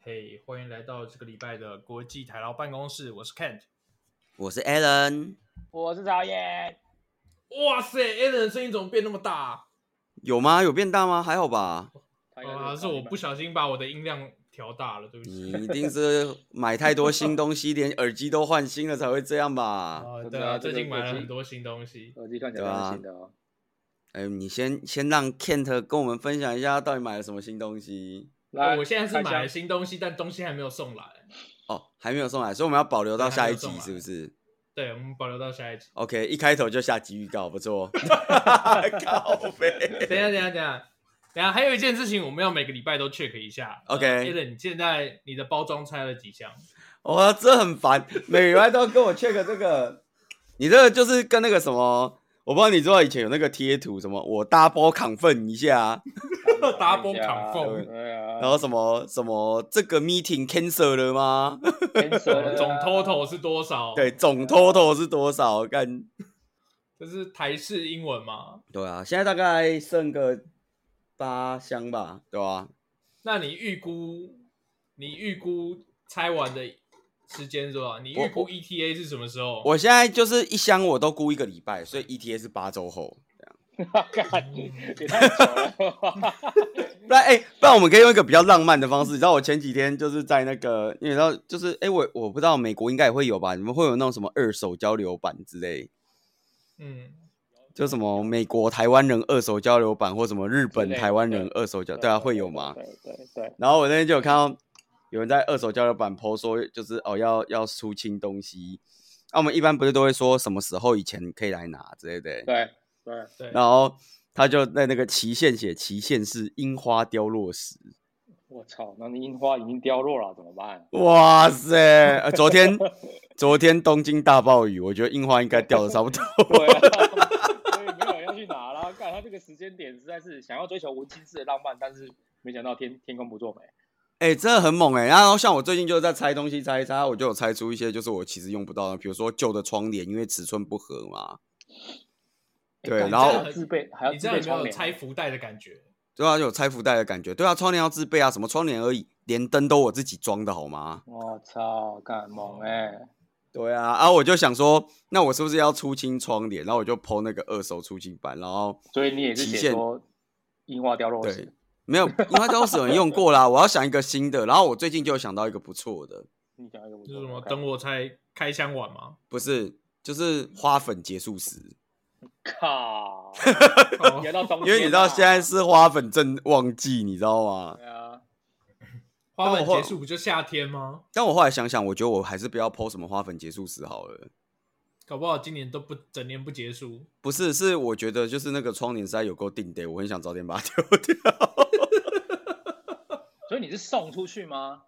嘿欢迎来到这个礼拜的国际台劳办公室，我是 Kent。我是 Alan，我是曹燕，哇塞 a l a n 声音怎么变那么大啊？有吗？有变大吗？还 好吧。好啊，是我不小心把我的音量调大了，对不你起。一定是买太多新东西，连耳机都换新了才会这样吧？啊，真对的啊，啊最这个近买了耳机很多新东西。耳机看起对来啊蛮新的哦。哎，你先先让 Kent 跟我们分享一下，到底买了什么新东西？来，哦我现在是开买了箱新东西，但东西还没有送来。哦，还没有送来，所以我们要保留到对还下没一有集送，来是不是对，我们保留到下一集。 ？OK，一开头就下集预告，不 错。靠等背。一下，等一下，等一下，等一下，还有一件事情，我们要每个礼拜都 check 一下。 OK a l a n 你现在你的包装拆了几 箱？哇、哦这很烦，每礼拜都要跟我 check 这个。你这个就是跟那个什么，我不知道你知道以前有那个贴图什么，我大包亢奋一下。啊 double 看一下 confirm 对啊，然后什么什么这个 meeting cancel 了吗？天蛇啊总 total 是多少？对，，总 total 是多少？干，这是台式英文嘛？对啊，现在大概剩个八箱吧，对吧、那你预估，你预估拆完的时间是吧？你我预估 ETA 是什么时候？我现在就是一箱我都估一个礼拜，所以 ETA 是八周后。干也太久了，不然哎、不然我们可以用一个比较浪漫的方式。你知道我前几天就是在那个，你知道就是哎、我我不知道美国应该也会有吧？你们会有那种什么二手交流版之类，嗯，就什么美国台湾人二手交流版或什么日本之类的台湾人对二手交，对啊，会有吗？对对对，然后我那天就有看到有人在二手交流版 PO 说，就是哦要要出清东西。那、我们一般不是都会说什么时候以前可以来拿之类的？对对，对。然后他就在那个期限写期限是樱花凋落时。我操，那你樱花已经凋落了，怎么办？哇塞！呃、昨天昨天东京大暴雨，我觉得樱花应该掉的差不多。对啊，所以没有人要去拿啦。看他这个时间点，实在是想要追求文青式的浪漫，但是没想到天天公不作美。哎、真的很猛哎、然后像我最近就是在拆东西拆一拆，我就有拆出一些就是我其实用不到的，比如说旧的窗帘，因为尺寸不合嘛。对，干然后这样自备还要你自这样备有没窗有帘，拆福袋的感觉？对啊，有拆福袋的感觉。对啊，窗帘要自备啊，什么窗帘而已，连灯都我自己装的好吗？我操，干猛哎！对啊，啊，我就想说，那我是不是要出清窗帘？然后我就剖那个二手出清版，然后所以你也是极写限说樱花凋落对时，没有，因为都是有人用过啦，我要想一个新的。然后我最近就有想到一个不错的，你讲一个不就是错什么，OK 等我拆开箱晚 吗？不是，就是花粉结束时， 靠，哦你要到冬天啊，因为你知道现在是花粉正旺季，你知道吗？对啊，花但粉我后结束不就夏天吗？但我后来想想，我觉得我还是不要剖什么花粉结束时好了。搞不好今年都不整年不结束。不是，是我觉得就是那个窗帘实在有够定的，我很想早点把它丢掉。所以你是送出去吗？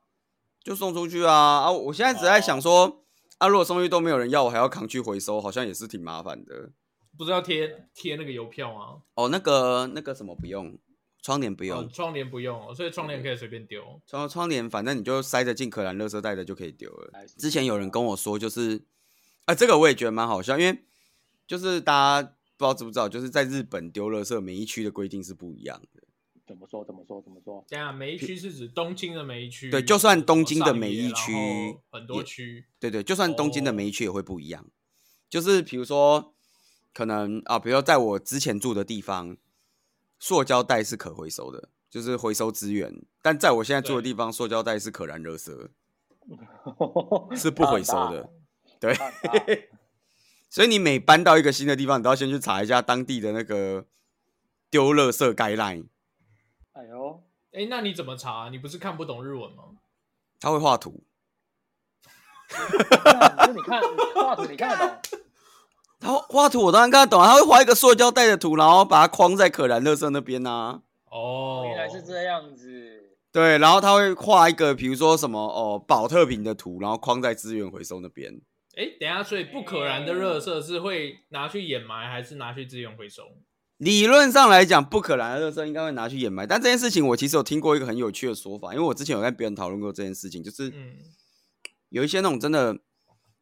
就送出去啊啊！我现在只在想说，啊，如果送出去都没有人要，我还要扛去回收，好像也是挺麻烦的。不是要贴贴那个邮票吗？哦，那个那个什么不用，窗帘不用，哦窗帘不用哦，所以窗帘可以随便丢。窗窗帘反正你就塞着进可燃垃圾袋的就可以丢了。之前有人跟我说，就是啊，这个我也觉得蛮好笑，因为就是大家不知道知不知道，就是在日本丢垃圾，每一区的规定是不一样的。怎么说？怎么说？怎么说？ 这样每一区是指东京的每一区，对就算东京的每一区然后很多区，对对，就算东京的哦每一区也会不一样。就是比如说，可能啊，比如说在我之前住的地方，塑胶袋是可回收的，就是回收资源；但在我现在住的对地方，塑胶袋是可燃 热圾，是不回收哦的。对，看吧。 看吧所以你每搬到一个新的地方，你都要先去查一下当地的那个丢垃圾概 line，哎呦，哎，那你怎么查？你不是看不懂日文吗？他会画图，那你看画图，你看得懂？他画画图我当然看得懂啊，他会画一个塑胶袋的图，然后把它框在可燃热圾那边啊。 哦，原来是这样子。 对，然后他会画一个，比如说什么哦，保特瓶的图，然后框在资源回收那边。哎，等一下，所以不可燃的热色是会拿去掩埋，还是拿去资源回收？理论上来讲，不可燃的垃圾应该会拿去掩埋，但这件事情我其实有听过一个很有趣的说法，因为我之前有跟别人讨论过这件事情，就是嗯，有一些那种真的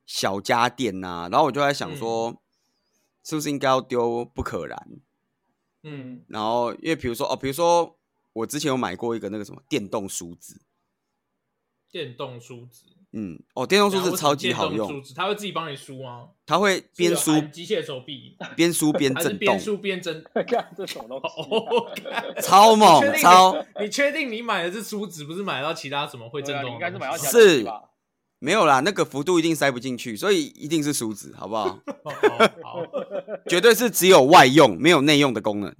小家电呐、然后我就在想说，是不是应该要丢不可燃？嗯，然后因为比如说哦，比如说我之前有买过一个那个什么电动梳子，电动梳子，嗯，哦，电动梳然后子为什么超级好电动梳用，子它会自己帮你梳吗？它会边是梳有含机械手臂，边梳边还是震边动，梳边震？看这什么东西啊？ 哦，干 超确猛定超，你确定你买的是梳子，不是买到其他什么会对震啊，动你的东西？应该是买到小是东西吧？没有啦，那个幅度一定塞不进去，所以一定是梳子，好不好？ 哦好，好绝对是只有外用没有内用的功能。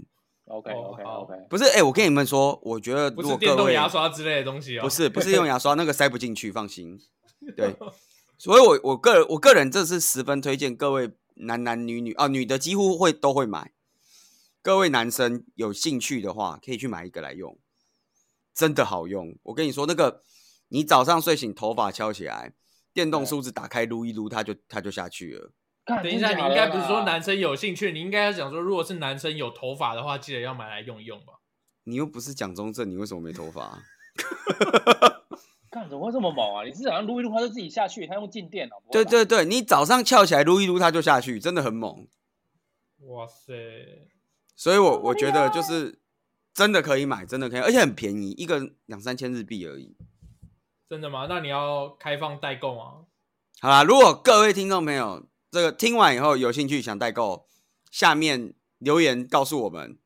OK 哦 OK OK，不是，哎、我跟你们说，我觉得不如是果电各动位牙刷之类的东西哦，不是不是用牙刷，那个塞不进去，放心。对， 所以我我个人我个人这是十分推荐各位男男女女啊，女的几乎会都会买。各位男生有兴趣的话，可以去买一个来用，真的好用。我跟你说，那个你早上睡醒头发翘起来，电动对梳子打开撸一撸，它就它就下去了。干等一下，真你假的应该不是说啦男生有兴趣，你应该要讲说，如果是男生有头发的话，记得要买来用一用吧。你又不是蒋中正，你为什么没头发啊、 干怎么会这么猛啊？你是想要撸一撸，它就自己下去，它用静电哦。不对会吧，对对，你早上翘起来撸一撸，它就下去，真的很猛。哇塞，所以哦我我觉得就是真的可以买，真的可以，而且很便宜，一个两三千日币而已。真的吗？那你要开放代购吗？好啦，如果各位听众朋友这个听完以后有兴趣想代购，下面留言告诉我们，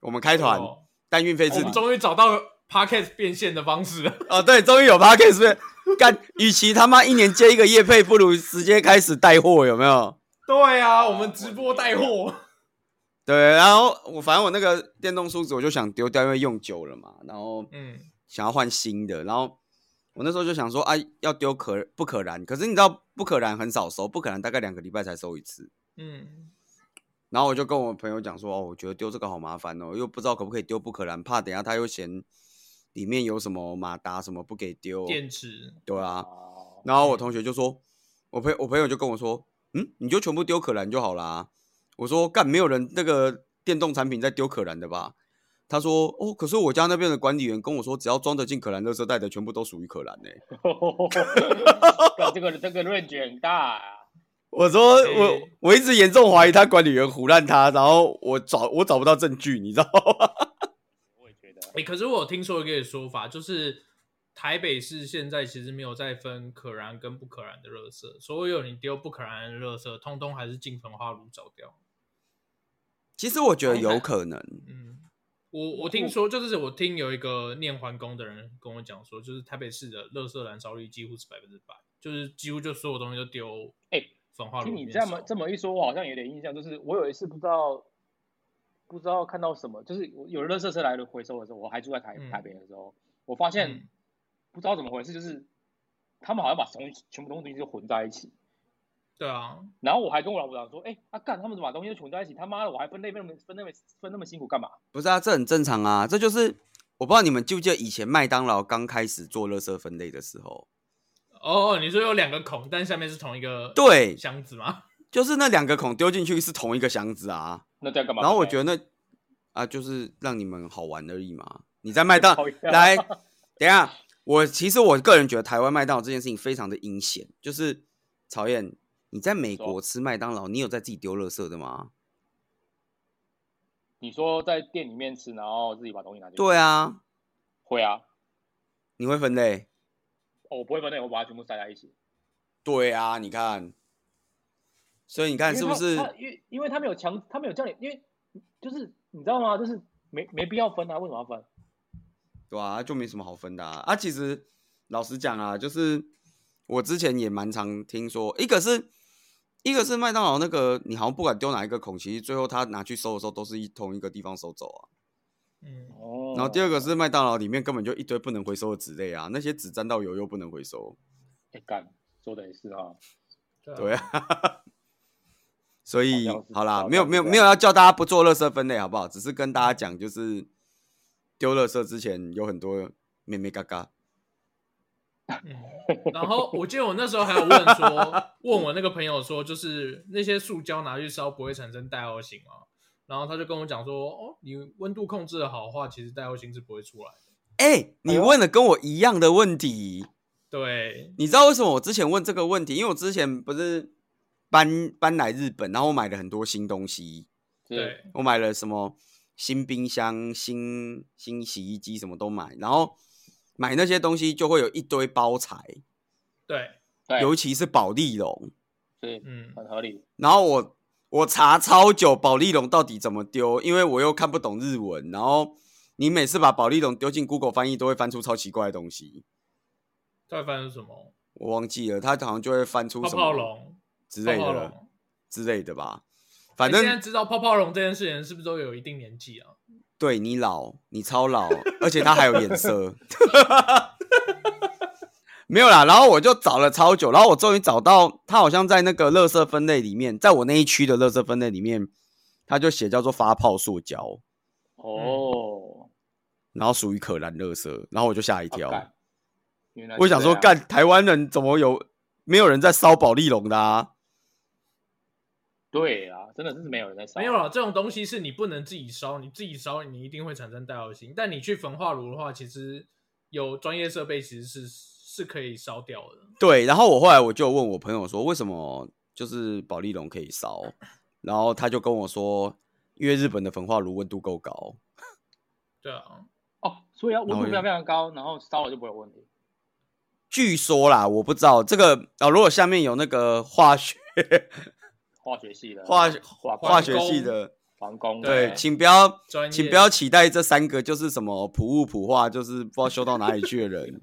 我们开团哦但运费我自们理。终于找到 podcast 变现的方 式了。哦，对，终于有 p a c k 是不是？干，与其他妈一年接一个业配，不如直接开始带货，有没有？对啊，我们直播带货。对，然后我反正我那个电动梳子我就想丢掉，因为用久了嘛，然后嗯，想要换新的，然后我那时候就想说，啊，要丢可不可燃？可是你知道不可燃很少收，不可燃大概两个礼拜才收一次。嗯，然后我就跟我朋友讲说，哦，我觉得丢这个好麻烦哦，又不知道可不可以丢不可燃，怕等一下他又嫌里面有什么马达什么不给丢，电池对啊。哦然后我同学就说，我朋我朋友就跟我说，嗯，你就全部丢可燃就好啦。我说干，没有人那个电动产品在丢可燃的吧？他说哦，可是我家那边的管理员跟我说，只要装得进可燃垃圾袋的，全部都属于可燃呢、 干这个这个 range 很大啊。我说我哎我一直严重怀疑他管理员胡乱他，然后我找我找不到证据，你知道吗？ 我也觉得，哎、可是我有听说一个说法，就是台北市现在其实没有再分可燃跟不可燃的垃圾，所有你丢不可燃的垃圾，通通还是进焚化炉找掉。其实我觉得有可能，嗯，我我我听说，就是我听有一个念环工的人跟我讲说，就是台北市的垃圾燃烧率几乎是百分之百，就是几乎就所有东西都丢哎焚化炉听里你面这烧。么这么一说，我好像有点印象，就是我有一次不知道不知道看到什么，就是我有垃圾车来了回收的时候，我还住在台、嗯台北的时候，我发现、嗯不知道怎么回事，就是他们好像把东西全部东西就混在一起，对啊，然后我还跟我老婆讲说，哎、啊干，他们怎么把东西都混在一起？他妈的，我还分类分那么分那么分那么辛苦干嘛？不是啊，这很正常啊，这就是我不知道你们记不记得以前麦当劳刚开始做垃圾分类的时候，哦，你说有两个孔，但下面是同一个对，箱子吗？就是那两个孔丢进去是同一个箱子啊。那在干嘛？然后我觉得那啊，就是让你们好玩而已嘛。你在麦 当讨厌来，等一下，我其实我个人觉得台湾麦当劳这件事情非常的阴险，就是曹燕，你在美国说吃麦当劳，你有在自己丢垃圾的吗？你说在店里面吃，然后自己把东西拿进去，对啊，会啊，你会分类。哦，我不会分类，我把它全部塞在一起。对啊，你看，所以你看是因不为是他？他因为因为他没有强，他没有叫你，因为就是你知道吗？就是没没必要分啊，为什么要分？对啊，就没什么好分的啊。啊，其实老实讲啊，就是我之前也蛮常听说，一个是一个是麦当劳那个，你好像不管丢哪一个孔，其实最后他拿去收的时候，都是一同一个地方收走啊。嗯，哦然后第二个是麦当劳里面根本就一堆不能回收的纸类啊，那些纸沾到油又不能回收，哎干、说的也是啊，对啊对啊。 所以好像是好啦好，没有像是没有这样没有要叫大家不做垃圾分类，好不好？只是跟大家讲，就是丢垃圾之前有很多咩咩嘎嘎。嗯，然后我记得我那时候还有问说， 问我那个朋友说，就是那些塑胶拿去烧不会产生带药性吗？然后他就跟我讲说，哦，你温度控制的好的话，其实带药性是不会出来的。哎、你问的跟我一样的问题，对，你知道为什么我之前问这个问题？因为我之前不是搬搬来日本，然后我买了很多新东西，对，我买了什么新冰箱、新新洗衣机，什么都买，然后买那些东西就会有一堆包材，对，对，尤其是宝丽龙。是嗯，很合理。然后我我查超久宝丽龙到底怎么丢，因为我又看不懂日文。然后你每次把宝丽龙丢进 Google 翻译，都会翻出超奇怪的东西，到底发生什么？我忘记了，它好像就会翻出泡什泡么龙之类泡的泡了龙哎之类的吧。反你现在正知道泡泡龙这件事情是不是都有一定年纪啊？对你老，你超老，而且它还有颜色。 没有啦，然后我就找了超久，然后我终于找到它，好像在那个垃圾分类里面，在我那一区的垃圾分类里面，它就写叫做发泡塑胶。哦，然后属于可燃垃圾，然后我就吓一跳，啊干原来是我想说，这样干台湾人怎么有没有人在烧保利龙的啊？对啊，真的是没有人在烧，没有啊啦，这种东西是你不能自己烧，你自己烧你一定会产生戴奥辛，但你去焚化炉的话，其实有专业设备其实是是可以烧掉的。对，然后我后来我就问我朋友说，为什么就是保利龙可以烧？然后他就跟我说，因为日本的焚化炉温度够高，对啊，哦，所以要温然度后非常非常高，然后烧了就不会有问题。据说啦，我不知道这个哦。如果下面有那个化学化学系的化化化皇学系宫的，皇宫对对，请不要专业请不要期待这三个就是什么普物普化，就是不知道修到哪里去 的人。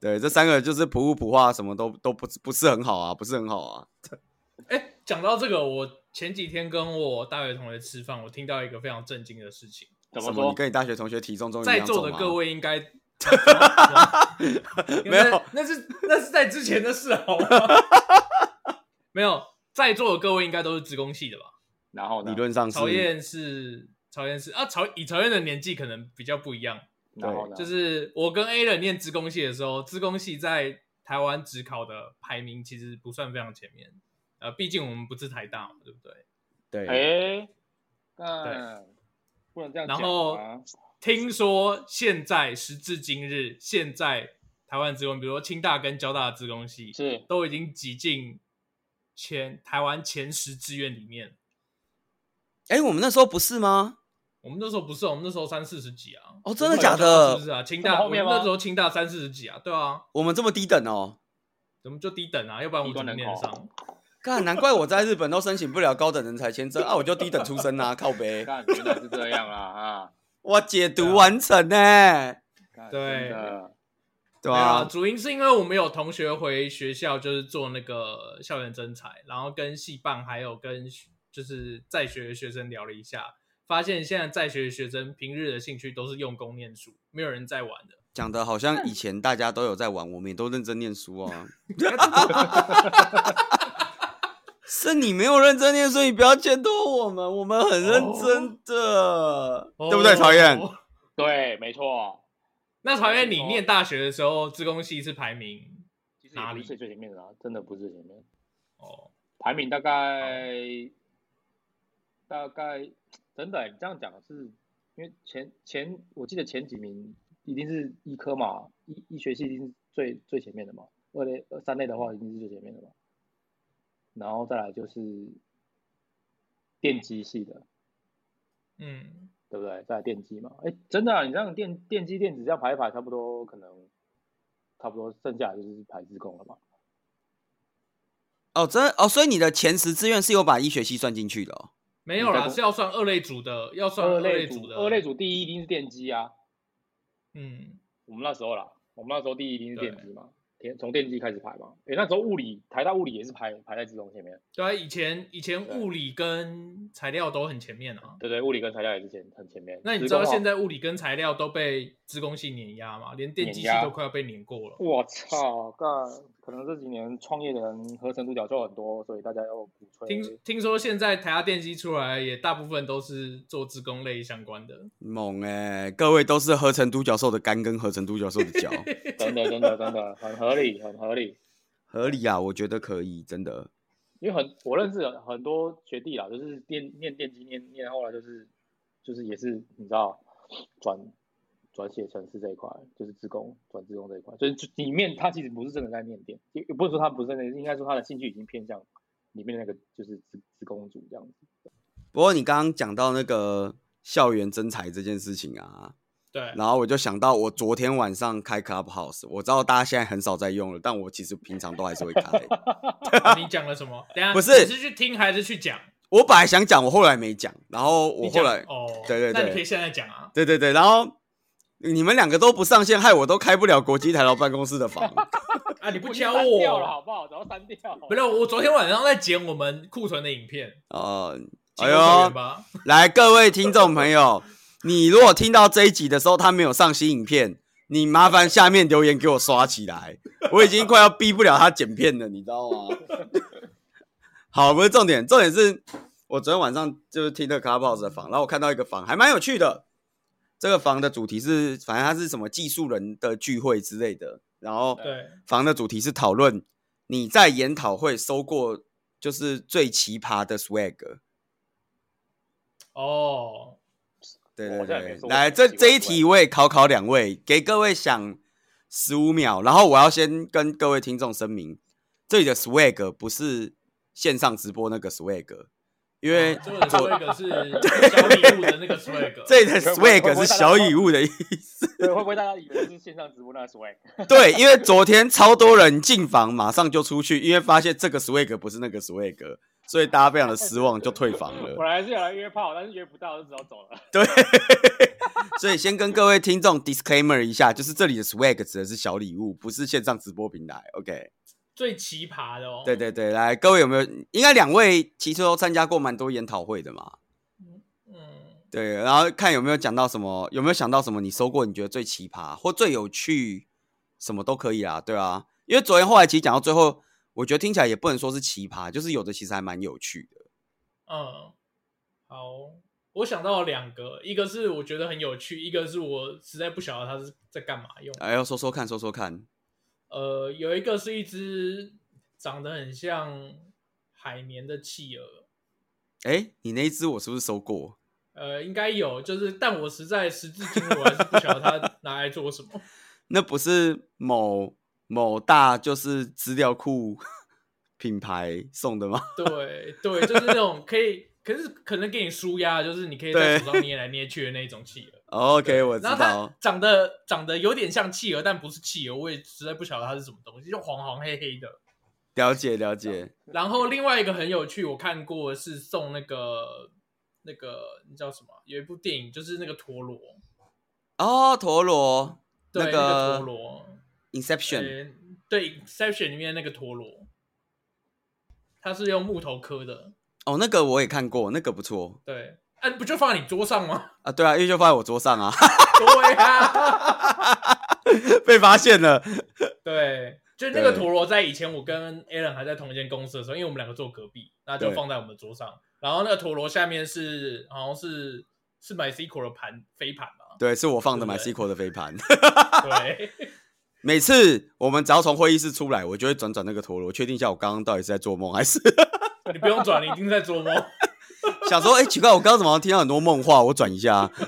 对，这三个就是普物普化，什么都都不不是很好啊，不是很好啊。哎，讲到这个，我前几天跟我大学同学吃饭，我听到一个非常震惊的事情，怎什么么？你说？跟你大学同学体重终啊于在两座种的吗各，位应该 没有那，那是那是在之前的事好吗？ 没有，在座的各位应该都是职工系的吧？然后呢？理论上是曹燕是曹燕是啊，曹以曹燕的年纪可能比较不一样，然啊后呢？就是我跟 A 人念职工系的时候，职工系在台湾职考的排名其实不算非常前面，呃，毕竟我们不是台大嘛，对不对？对，哎，干，不能这样然讲后啊。听说现在时至今日，现在台湾职工，比如说清大跟交大的职工系，是都已经挤进前台湾前十志愿里面。哎、我们那时候不是吗？我们那时候不是，啊我们那时候三四十几啊。哦，真的我们假是的不？是啊？清这么大后面我们吗那时候清大三四十几啊，对啊，我们这么低等哦，怎么就低等啊？要不然我们怎么念得低端人上？干，难怪我在日本都申请不了高等人才签证啊，我就低等出身啊，靠背，干，原来是这样啦啊！我解对读啊完成呢、干对真的对没有啊，啊，主因是因为我们有同学回学校，就是做那个校园征才，然后跟系办还有跟就是在学的学生聊了一下，发现现在在学的学生平日的兴趣都是用功念书，没有人在玩的。讲的好像以前大家都有在玩，我们也都认真念书啊。 是你没有认真念书，你不要监督我们，我们很认真的，对不对，曹燕？哦对，没错。那曹燕，你念大学的时候，自工系是排名其实也哪不里是最最前面的啦，啊真的不是最前面，哦，排名大概大概真的欸、你这样讲是因为前前我记得前几名一定是医科嘛，医医学系一定是最最前面的嘛，二类二三类的话一定是最前面的嘛，然后再来就是电机系的，嗯，对不对？再来电机嘛，哎，真的、啊，你这样电电机电子这样排一排，差不多可能差不多剩下的就是排自贡了嘛。哦，真的哦，所以你的前十志愿是有把医学系算进去的、哦。没有你在啦，公是要算二类组的，要算二类类组的，二类，组第一一定是电机啊。嗯，我们那时候啦，我们那时候第一一定是对电机嘛，电从电机开始排嘛。诶，那时候物理台大物理也是排排在自动前面，对啊，以前以前对物理跟材料都很前面啊。对对，物理跟材料也是前很前面。那你职知道工啊现？在物理跟材料都被资工系碾压吗？连电机系碾压都快要被碾过了。我操，干！可能这几年创业的人合成独角兽很多，所以大家要鼓吹。听听说现在台大电机出来也大部分都是做资工类相关的。猛哎、各位都是合成独角兽的肝跟合成独角兽 的脚，真的真的真的很合理，很合理。合理啊，我觉得可以，真的。因为很我认识很很多学弟啦，就是电念电机念念，后来就是就是也是你知道转转写程式这一块，就是自工转自工这一块，就是就里面他其实不是真的在念电，也也不是说他不是真的，应该说他的兴趣已经偏向里面的那个就是自自工组这样子。不过你刚刚讲到那个校园征才这件事情啊，对，然后我就想到我昨天晚上开 Clubhouse，我知道大家现在很少在用了，但我其实平常都还是会开。啊你讲了什么？等一下不是是是去听还是去讲？我本来想讲，我后来没讲，然后你我后讲来，哦，对对那你对可以现在讲啊。 对对对，然后你们两个都不上线，害我都开不了国际台劳办公室的房。啊，你不我已经教删掉了我好，不好？早就删掉了。不是我昨天晚上在剪我们库存的影片，哦、请哎我会员呦，吧，来各位听众朋友，你如果听到这一集的时候他没有上新影片，你麻烦下面留言给我刷起来，我已经快要逼不了他剪片了，你知道吗？好，不是重点，重点是我昨天晚上就是听那个 Clubhouse 的房，然后我看到一个房还蛮有趣的。这个房的主题是，反正它是什么技术人的聚会之类的，然后对，房的主题是讨论你在研讨会收过就是最奇葩的 swag。哦，对我对好像也没对收，过来这这么奇怪这一题我也考考两位，给各位想十五秒，然后我要先跟各位听众声明，这里的 swag 不是线上直播那个 swag，因啊为这个说一个是小礼物的那个 swag，这里的会不会会不 swag 是会大家小都礼物的意 思。对，会不会大家以为是线上直播那所谓？对，因为昨天超多人进房，马上就出去，因为发现这个 swag 不是那个 swag，所以大家非常的失望，就退房了 本。来是有来约炮，但是约不到，就只好走了。对，所以先跟各位听众 disclaimer 一下，就是这里的 swag 指的是小礼物，不是线上直播平台。OK，最奇葩的哦，对对对，来，各位有没有？应该两位其实都参加过蛮多研讨会的嘛。嗯，对，然后看有没有讲到什么，有没有想到什么你收过你觉得最奇葩或最有趣，什么都可以啦，对啊。因为昨天后来其实讲到最后，我觉得听起来也不能说是奇葩，就是有的其实还蛮有趣的。嗯，好，我想到两个，一个是我觉得很有趣，一个是我实在不晓得它是在干嘛用。哎呦，说说看，说说看，呃，有一个是一只长得很像海绵的企鹅，哎，你那一只我是不是收过？呃，应该有，就是但我实在时至今日我还是不晓得它拿来做什么。那不是某某大就是资料库 品牌送的吗？对对，就是那种可以，可是可能给你舒压，就是你可以在对手上捏来捏去的那种企鹅。 OK，我知然后它道。长得长得有点像企鹅，但不是企鹅，我也实在不晓得它是什么东西，就黄黄黑黑的。了解了解，然后另外一个很有趣，我看过的是送那个那个那叫什么？有一部电影就是那个陀螺，哦，陀螺，对，那个个陀螺， Inception，呃对《Inception》里面那个陀螺，它是用木头刻的，哦，那个我也看过，那个不错对，啊，不就放在你桌上吗？ 啊。对啊，因为就放在我桌上啊， 对啊，被发现了。对，就那个对陀螺，在以前我跟 Alan 还在同一间公司的时候，因为我们两个坐隔壁，那就对放在我们的桌上。然后那个陀螺下面是好像是是 MySQL 的盘飞盘 吧？对，是我放的对 My 不对 Sequel 的飞盘。对，每次我们只要从会议室出来，我就会转转那个陀螺，确定一下我刚刚到底是在做梦还是你不用转，你一定在做梦。想说，哎、奇怪，我刚刚怎么好像听到很多梦话？我转一下。啊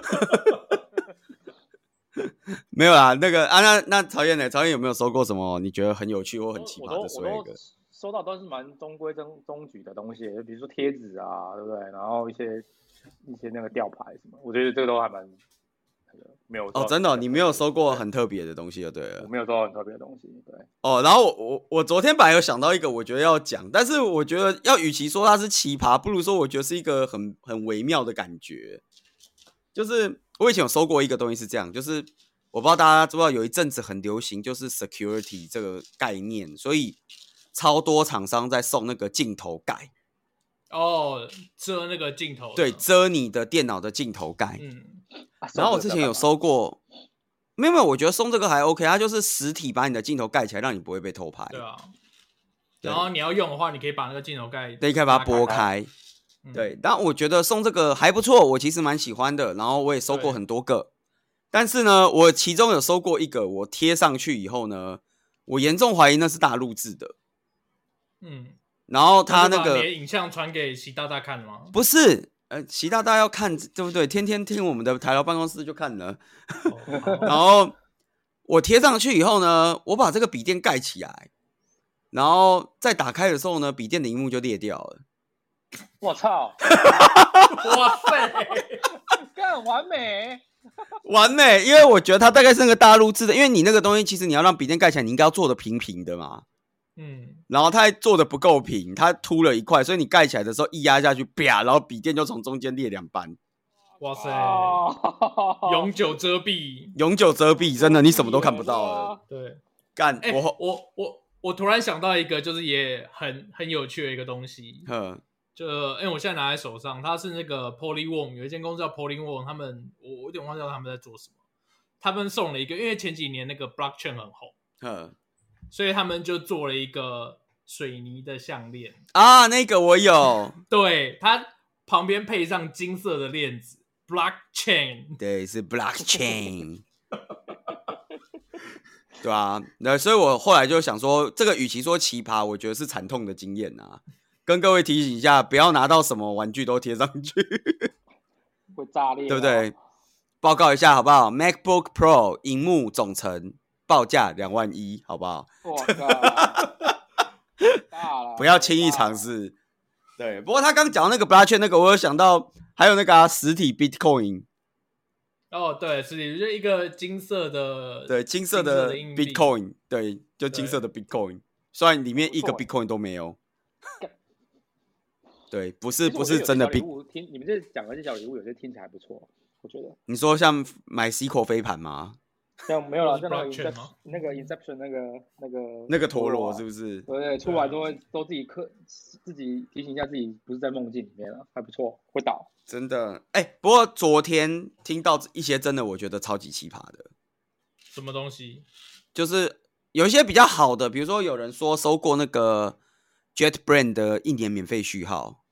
没有啦，那个啊，那那曹燕呢？曹燕有没有收过什么你觉得很有趣或很奇我葩都的我 swag？都收到都是蛮中规中中矩的东西，就比如说贴纸啊，对不对？然后一些一些那个吊牌什么，我觉得这个都还蛮那个没有收到哦，真的哦、你没有收过对很特别的东西就对了我。没有收到很特别的东西，对。哦，然后我我我昨天本来有想到一个，我觉得要讲，但是我觉得要与其说它是奇葩，不如说我觉得是一个很很微妙的感觉。就是我以前有收过一个东西是这样，就是我不知道大家知不知道，有一阵子很流行就是 security 这个概念，所以超多厂商在送那个镜头盖，哦，遮那个镜头，对，遮你的电脑的镜头盖。嗯，啊然后我之前有，收过，没有没有，我觉得送这个还 OK，它就是实体把你的镜头盖起来，让你不会被偷拍。对啊。对然后你要用的话，你可以把那个镜头盖，对，可以把它拨打开。嗯对，但我觉得送这个还不错，我其实蛮喜欢的。然后我也收对过很多个，但是呢，我其中有收过一个，我贴上去以后呢，我严重怀疑那是大陆制的。嗯，然后他就那把个你的影像传给习大大看吗？ 不是，呃，习大大要看对不对？天天听我们的台劳办公室就看了。哦好然 后我贴上去以后呢，我把这个笔电盖起来，然后再打开的时候呢，笔电的荧幕就裂掉了。我操，哇塞！干完美，完美，因为我觉得它大概是那个大陆制的，因为你那个东西其实你要让笔电盖起来，你应该要做的平平的嘛。嗯，然后它还做的不够平，它凸了一块，所以你盖起来的时候一压下去，啪，然后笔电就从中间裂两半，哇塞，哦，永久遮蔽。永久遮蔽，真的你什么都看不到哎了。对，干，哎、我我后，我我我突然想到一个，就是也很很有趣的一个东西，哼，就因为我现在拿在手上，它是那个 Polyworm，有一间公司叫 Polyworm，他们我我有点忘记他们在做什么。他们送了一个，因为前几年那个 blockchain 很红，哼，所以他们就做了一个水泥的项链，啊，那个我有，对，它旁边配上金色的链子，blockchain。 对，是 blockchain，对啊，那所以我后来就想说，这个与其说奇葩，我觉得是惨痛的经验啊。跟各位提醒一下，不要拿到什么玩具都贴上去， 会炸裂，哦对啊不对？？报告一下好不好？MacBook Pro 荧幕总成报价两万一，好不好？我靠，大了，不要轻易尝试。对，不过他刚讲到那个 blockchain 那个，我有想到还有那个、啊、实体 Bitcoin，哦，对，是就一个金色的，对，金金色色的的硬币 Bitcoin，对，就金色的 Bitcoin，虽然里面一个不错 Bitcoin 都没有干。对，不其是实我不觉得是有些真的小礼 Bit，物听你们这讲的这些小礼物，有些听起来还不错，我觉得。你说像买 C 口飞盘吗？像没有了，是像那个 blockchain 吗 Inception 那个 Inception 那个那个那个陀螺啊是不是？对对，出来都会都自己克自己提醒一下自己不是在梦境里面了，还不错，会倒。真的，哎、不过昨天听到一些真的，我觉得超级奇葩的，什么东西？就是有一些比较好的，比如说有人说收过那个 JetBrain 的一年免费序号，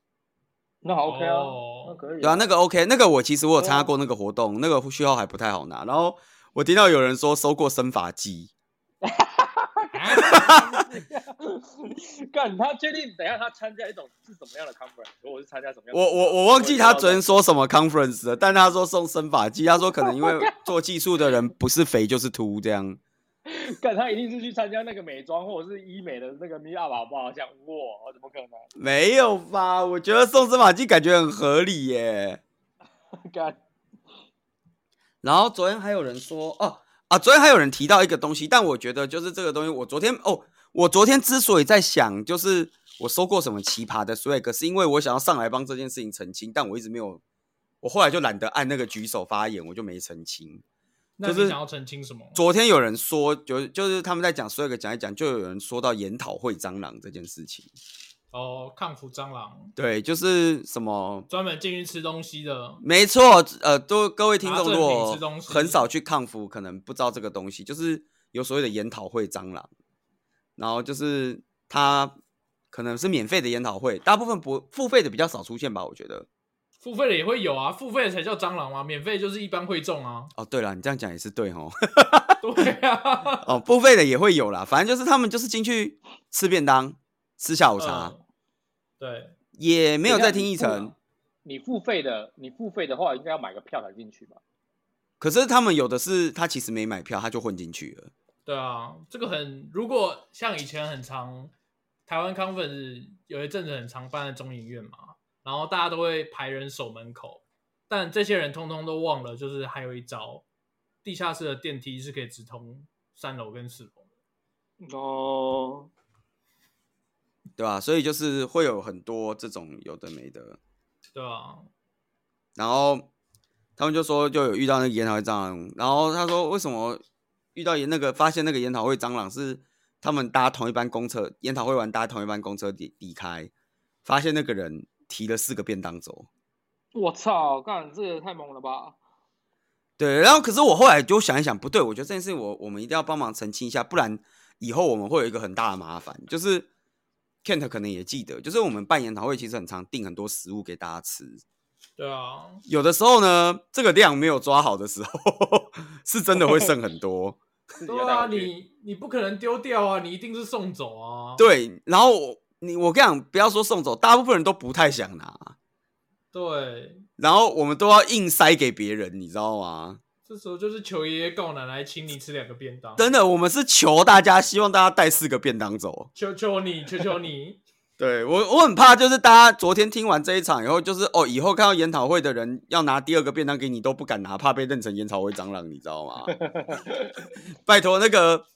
那好 OK 啊，哦那可以、对啊，那个 OK，那个我其实我有参加对啊过那个活动，那个序号还不太好拿。然后我听到有人说收过生发剂，啊 干他确定？等一下他参加一种是什么样的 conference？如果我是参加什么样的？我我我忘记他昨天说什么 conference 了，但他说送生发剂，他说可能因为做技术的人不是肥就是秃这样。干他一定是去参加那个美妆或者是医美的那个 meet up 好不好？想哇，怎么可能？没有吧？我觉得送生发剂感觉很合理耶、干然后昨天还有人说，哦啊，昨天还有人提到一个东西，但我觉得就是这个东西，我昨天哦，我昨天之所以在想，就是我收过什么奇葩的 swag，是因为我想要上来帮这件事情澄清，但我一直没有，我后来就懒得按那个举手发言，我就没澄清。那你就是想要澄清什么？昨天有人说，就就是他们在讲 swag 讲一讲，就有人说到研讨会蟑螂这件事情，哦，抗腐蟑螂，对，就是什么。专门进去吃东西的。没错，呃，都各位听拿众赠如品吃果东西很少去抗服，可能不知道这个东西，就是有所谓的研讨会蟑螂，然后就是它可能是免费的研讨会，大部分不付费的比较少出现吧，我觉得。付费的也会有啊，付费的才叫蟑螂嘛，免费就是一般会众 啊。哦，对了，你这样讲也是对哦，对啊，哦，付费的也会有啦，反正就是他们就是进去吃便当、吃下午茶，嗯对，也没有在听你议看程。你付啊费的，你付费的话应该要买个票才进去吧？可是他们有的是他其实没买票，他就混进去了。对啊，这个很，如果像以前很常，台湾 conference 有一阵子很常办在中影院嘛，然后大家都会排人守门口，但这些人通通都忘了，就是还有一招，地下室的电梯是可以直通三楼跟四楼的。哦，对吧？所以就是会有很多这种有的没的，对啊，然后他们就说就有遇到那个研讨会蟑螂，然后他说为什么遇到研那个发现那个研讨会蟑螂是他们搭同一班公车，研讨会完搭同一班公车离离开，发现那个人提了四个便当走。我操，干这个也太猛了吧！对，然后可是我后来就想一想，不对，我觉得这件事情我我们一定要帮忙澄清一下，不然以后我们会有一个很大的麻烦。就是 Kent 可能也记得，就是我们办研讨会其实很常订很多食物给大家吃，对啊，有的时候呢，这个量没有抓好的时候，是真的会剩很多。自己对要带啊，回去你你不可能丢掉啊，你一定是送走啊。对，然后我你我跟你讲，不要说送走，大部分人都不太想拿，对，然后我们都要硬塞给别人，你知道吗？这时候就是求爷爷告奶奶，请你吃两个便当，真的，我们是求大家，希望大家带四个便当走。求求你，求求你， 对我我很怕，就是大家昨天听完这一场以后，就是哦，以后看到研讨会的人要拿第二个便当给你都不敢拿，怕被认成研讨会蟑螂，你知道 吗？拜托那个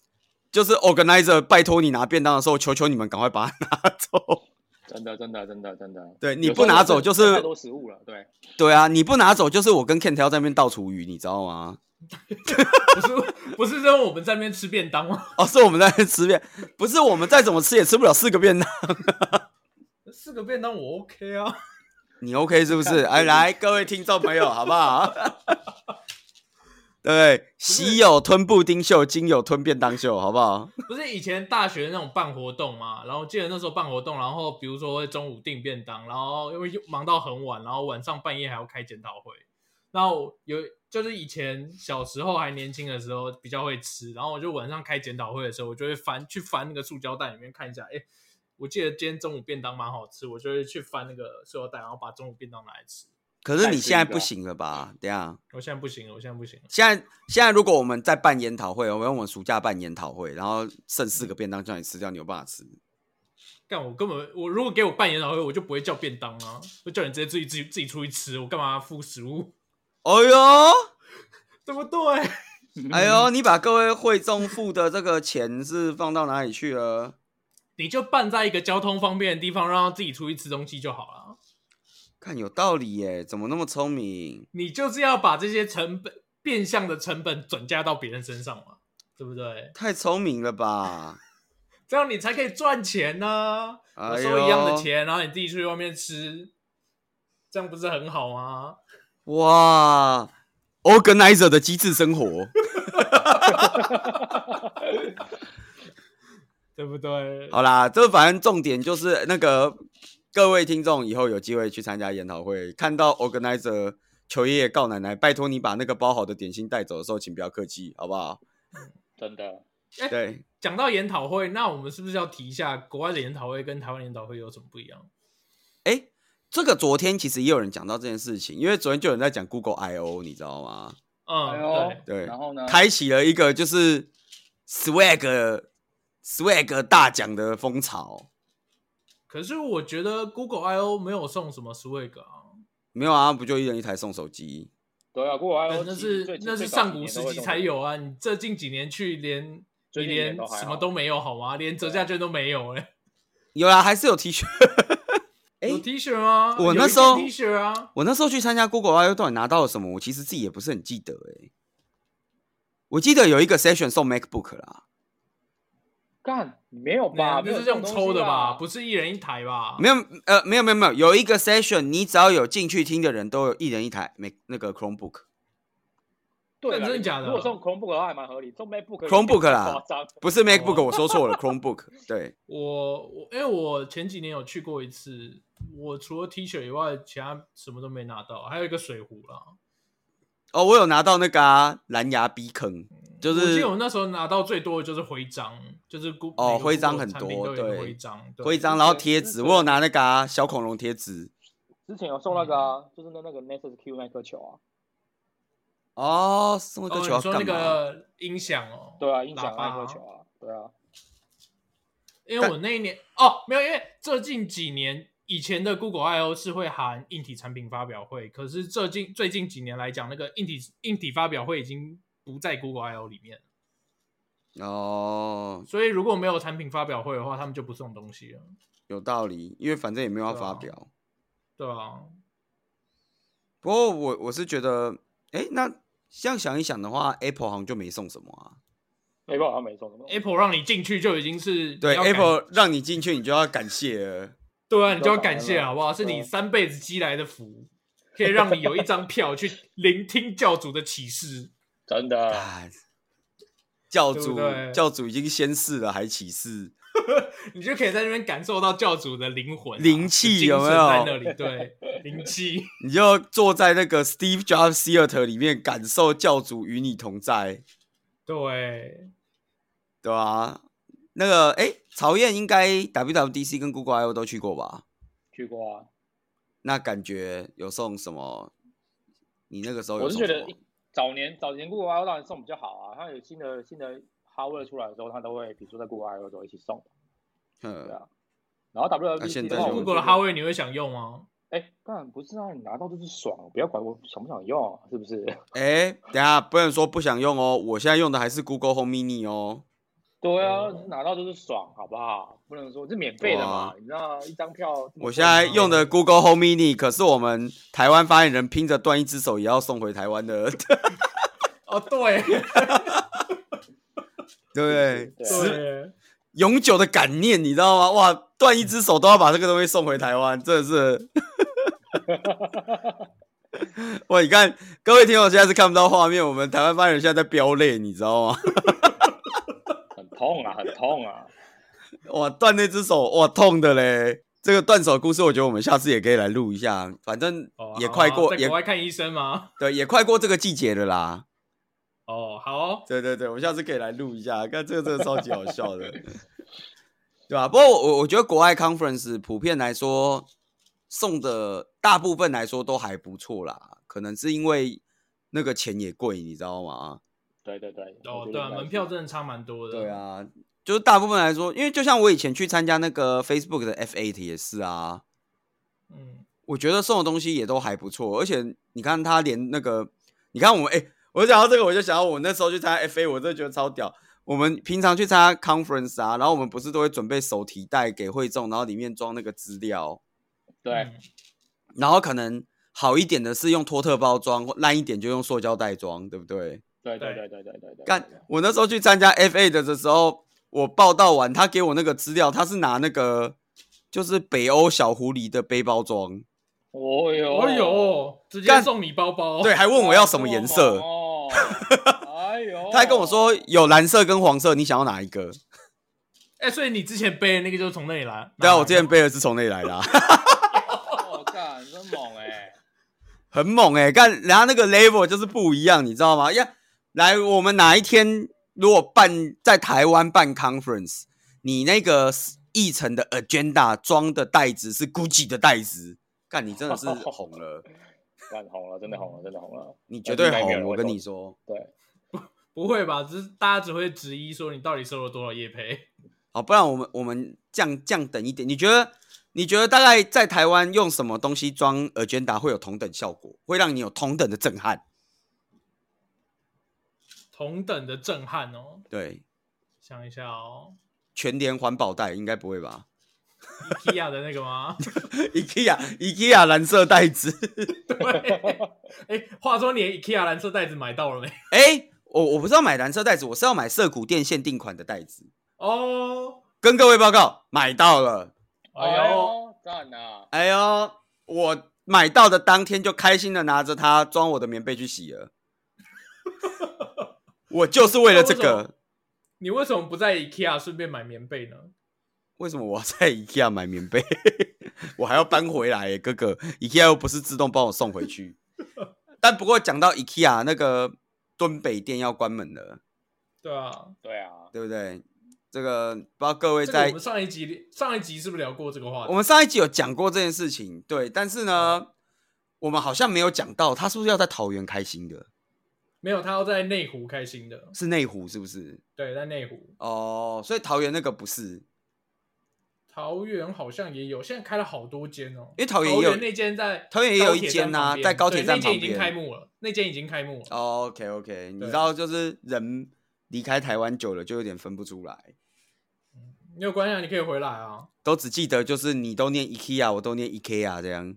就是 organizer，拜托你拿便当的时候，求求你们赶快把它拿走。真的，真的，真的，真的。对你有时不候拿真的走就是太多食物了，对，对啊，你不拿走就是我跟 Kent 要在那边倒厨余，你知道吗？不是不是让我们在那边吃便当吗？哦，是我们在那边吃便，不是我们再怎么吃也吃不了四个便当。四个便当我 OK 啊，你 OK 是 不是？哎，来各位听众朋友，好不好？ 对，喜有吞布丁秀，今有吞便当秀，好不好？不是以前大学那种办活动嘛，然后记得那时候办活动，然后比如说会中午订便当，然后因为忙到很晚，然后晚上半夜还要开检讨会，然后有就是以前小时候还年轻的时候比较会吃，然后我就晚上开检讨会的时候，我就会翻去翻那个塑胶袋里面看一下，哎，我记得今天中午便当蛮好吃，我就会去翻那个塑胶袋，然后把中午便当拿来吃。可是你现在不行了吧？等一下，我现在不行了，我现在不行了。现在现在如果我们在办研讨会，我们用我们暑假办研讨会，然后剩四个便当叫你吃掉，你有办法吃？干我根本我如果给我办研讨会，我就不会叫便当啊，我叫你直接自己自己自己出去吃，我干嘛付食物？哦呦，对 不对？哎嗯呦，你把各位会众付的这个钱是放到哪里去了？你就办在一个交通方便的地方，让他自己出去吃东西就好了。看有道理耶，怎么那么聪明？你就是要把这些成本变相的成本转嫁到别人身上嘛，对不对？太聪明了吧！这样你才可以赚钱呢、我哎收一样的呦钱，然后你自己出去外面吃，这样不是很好吗？哇，organizer 的机智生活，对不对？好啦，这反正重点就是那个各位听众以后有机会去参加研讨会，看到 organizer 求爷爷告奶奶，拜托你把那个包好的点心带走的时候，请不要客气，好不好？真的。哎对，讲到研讨会，那我们是不是要提一下国外的研讨会跟台湾研讨会有什么不一样？哎，这个昨天其实也有人讲到这件事情，因为昨天就有人在讲 Google I O，你知道吗？嗯，哎对呦，对，然后呢？开启了一个就是 swag swag 大奖的风潮。可是我觉得 Google I O 没有送什么 Swag 啊，没有啊，不就一人一台送手机？对啊，过完但那是那是上古时期才，有啊，你这近几年去连你最近几连年都还好啊什么都没有好吗？连折价券都没有哎、有啦，还是有 T 恤。哎、有 T 恤吗？我有那一件时候 T 恤啊，我那时候去参加 Google I/O 到底拿到了什么？我其实自己也不是很记得哎、我记得有一个 session 送 MacBook 啦，干没有对啊吧？那是这用抽的吧？不不是一人一台吧？没有呃没有没有没有，有一个 session 你只要有进去听的人都有一人一台 Mac 那个 Chromebook，对啦，真的假的如果送 Chromebook 的话还蛮合理，送 MacBook 有点 Chromebook 啦夸张。不是 MacBook，哦我说错了 Chromebook。对，我我因为我前几年有去过一次，我除了 T 恤以外，其他什么都没拿到，还有一个水壶啦。哦，我有拿到那个啊蓝牙 B 坑，就我记是得我那时候拿到最多的就是徽章，就是古哦每个徽章 Google 很产品多都有一个对徽章对徽章，然后贴纸，我有拿那个、啊、小恐龙贴纸。之前有送那个啊，就是那那个 Nexus Q 那颗球啊，哦，送哦，那个你球要说那干嘛？个音响哦，对啊，音响喇叭那颗球啊，对啊，因为我那一年哦，没有，因为最近几年以前的 Google I O 是会含硬体产品发表会，可是最近最近几年来讲，那个硬体硬体发表会已经不在 Google I O 里面了，哦，所以如果没有产品发表会的话，他们就不送东西了，有道理，因为反正也没有要对发啊表。对啊，不过我我是觉得，哎，那这样想一想的话，Apple 好像就没送什么啊。没办法，他没送什么。 Apple 让你进去就已经是对你要感，Apple 让你进去，你就要感谢了。对啊，你就要感谢对啊好不好？是你对啊三辈子积来的福，可以让你有一张票去聆听教主的启示。真的，哎教对主不对教主已经先逝了，还起誓。你就可以在那边感受到教主的灵魂啊、灵气精神有没有在那里？对，灵气。你就坐在那个 Steve Jobs Theater 里面，感受教主与你同在，对，对吧、那个，哎，曹燕应该 WWDC 跟 Google I/O 都去过吧？去过啊。那感觉有送什么？你那个时候哦有我是送觉什得么？早年早年 Google I/O 当然送比较好啊，它有新的新的 hardware 出来的时候，它都会比如说在 Google I/O 时候一起送，对嗯，啊。然后 W L 那 B 现 C 在的话，就我 Google 的觉得哈维你会想用吗？哎，干不是啊，你拿到就是爽，不要管我想不想用啊，是不 是？哎、等一下不能说不想用哦，我现在用的还是 Google Home Mini 哦。对啊哦，拿到就是爽，好不好？不能说这免费的嘛哇，你知道一张票。我现在用的 Google Home Mini 可是我们台湾发言人拼着断一只手也要送回台湾的，哦， 对，对不对？对十对，永久的感念，你知道吗？哇，断一只手都要把这个东西送回台湾，真的是。哇，你看各位听友现在是看不到画面，我们台湾发言人现在在飙泪，你知道吗？很痛啊，很痛啊。哇，断那只手，哇，痛的嘞！这个断手故事，我觉得我们下次也可以来录一下，反正哦也好快啊过，在也国外看医生吗？对，也快过这个季节了啦。哦，好哦，对对对，我们下次可以来录一下，看这个真的超级好笑的， 对吧、不过我我我觉得国外 conference 普遍来说送的大部分来说都还不错啦，可能是因为那个钱也贵，你知道吗？对对对，我觉哦得，对啊，应该门是票真的差蛮多的。对，啊，就是大部分来说，因为就像我以前去参加那个 Facebook 的 F8 也是啊，嗯，我觉得送的东西也都还不错，而且你看他连那个，你看我们哎、我讲到这个我就想到我那时候去参加 FA，我真的觉得超屌。我们平常去参加 conference 啊，然后我们不是都会准备手提袋给会众，然后里面装那个资料，对，嗯，然后可能好一点的是用托特包装，烂一点就用塑胶袋装，对不对？对对对对对对对对。干，我那时候去参加 FA 的的时候，我报道完，他给我那个资料，他是拿那个就是北欧小狐狸的背包装，哦哟，哦呦，直接干送你包包。对，还问我要什么颜色。 哦，哎呦，他还跟我说有蓝色跟黄色，你想要哪一个？哎，所以你之前背的那个就是从那里来。对啊，我之这前背的是从那里来的、啊，哦，干，真猛哎！很猛哎、欸！看人家那个 level 就是不一样，你知道吗？呀，来，我们哪一天如果办在台湾办 conference，你那个议程的 agenda 装的袋子是 GUCCI 的袋子，干你 真的是红了， 干红了，真的红了，真的红了。你绝对应该没有红！人我会跟懂你说，对，不会吧？只是大家只会质疑说你到底收了多少夜配。好，不然我们我们降降等一点，你觉得？你觉得大概在台湾用什么东西装 agenda 会有同等效果，会让你有同等的震撼？同等的震撼哦。对，想一下哦全联环保袋应该不会吧 ，IKEA 的那个吗？ ？IKEA IKEA 蓝色袋子， 对。哎，话说你的 IKEA 蓝色袋子买到了没？哎、我我不是要买蓝色袋子，我是要买涩谷店限定款的袋子。哦，跟各位报告，买到了，哎呦，，赞啊！哎呦，我买到的当天就开心的拿着它装我的棉被去洗了。我就是为了这那为什么个，你为什么不在 IKEA 顺便买棉被呢？为什么我要在 IKEA 买棉被？ 我还要搬回来耶，哥哥，IKEA 又不是自动帮我送回去。但不过讲到 IKEA 那个敦北店要关门了。对啊，对啊，对不对？这个不知道各位这个在、我们上一集上一集是不是聊嗯过这个话我题？们上一集有讲过这件事情，对，但是呢，我们好像没有讲到他是不是要在桃园开心的，没有，他要在内湖开心的，是内湖是不是？对，在内湖。哦，所以桃园那个不是，桃园好像也有，现在开了好多间哦。因为桃园桃也有园那间在桃园也有一高铁站间啊旁边在高铁对站那间旁已经边开幕了，那间已经开幕了。哦，OK OK，你对知道就是人离开台湾久了就有点分不出来，没有关系啊，你可以回来啊。都只记得就是你都念 IKEA，我都念 IKEA 这样。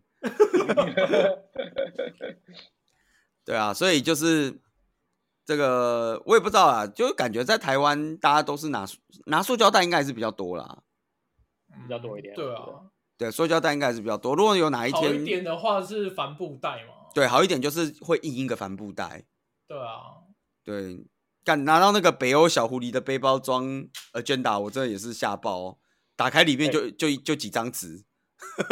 对啊，所以就是这个我也不知道啊，就感觉在台湾大家都是拿塑拿塑胶袋应该还是比较多啦。嗯比较多一点对我觉啊，对，塑胶袋应该还是比较多。如果有哪一好天一点的话是帆布袋嘛。对好一点，就是会印一个帆布袋。对啊，对，敢拿到那个北欧小狐狸的背包装 agenda，我真的也是吓爆、哦。打开里面就就就几张纸，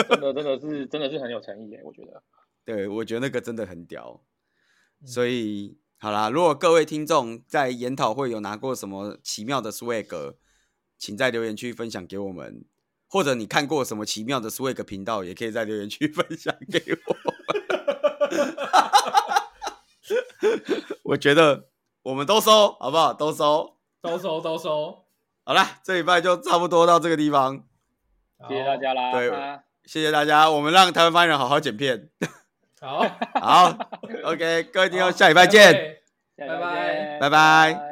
真的真的是真的是很有诚意耶，欸我觉得。对我觉得那个真的很屌。嗯所以好啦，如果各位听众在研讨会有拿过什么奇妙的 swag，请在留言区分享给我们，或者你看过什么奇妙的 swag 频道，也可以在留言区 分享给我们。 我觉得我们都收，好不好？都收。都收都收。好啦，这礼拜就差不多到这个地方。谢谢大家啦。对啊谢谢大家，我们让台湾发言人好好剪片。好，好 ，OK，各位听众，好下礼拜见。，拜拜拜拜。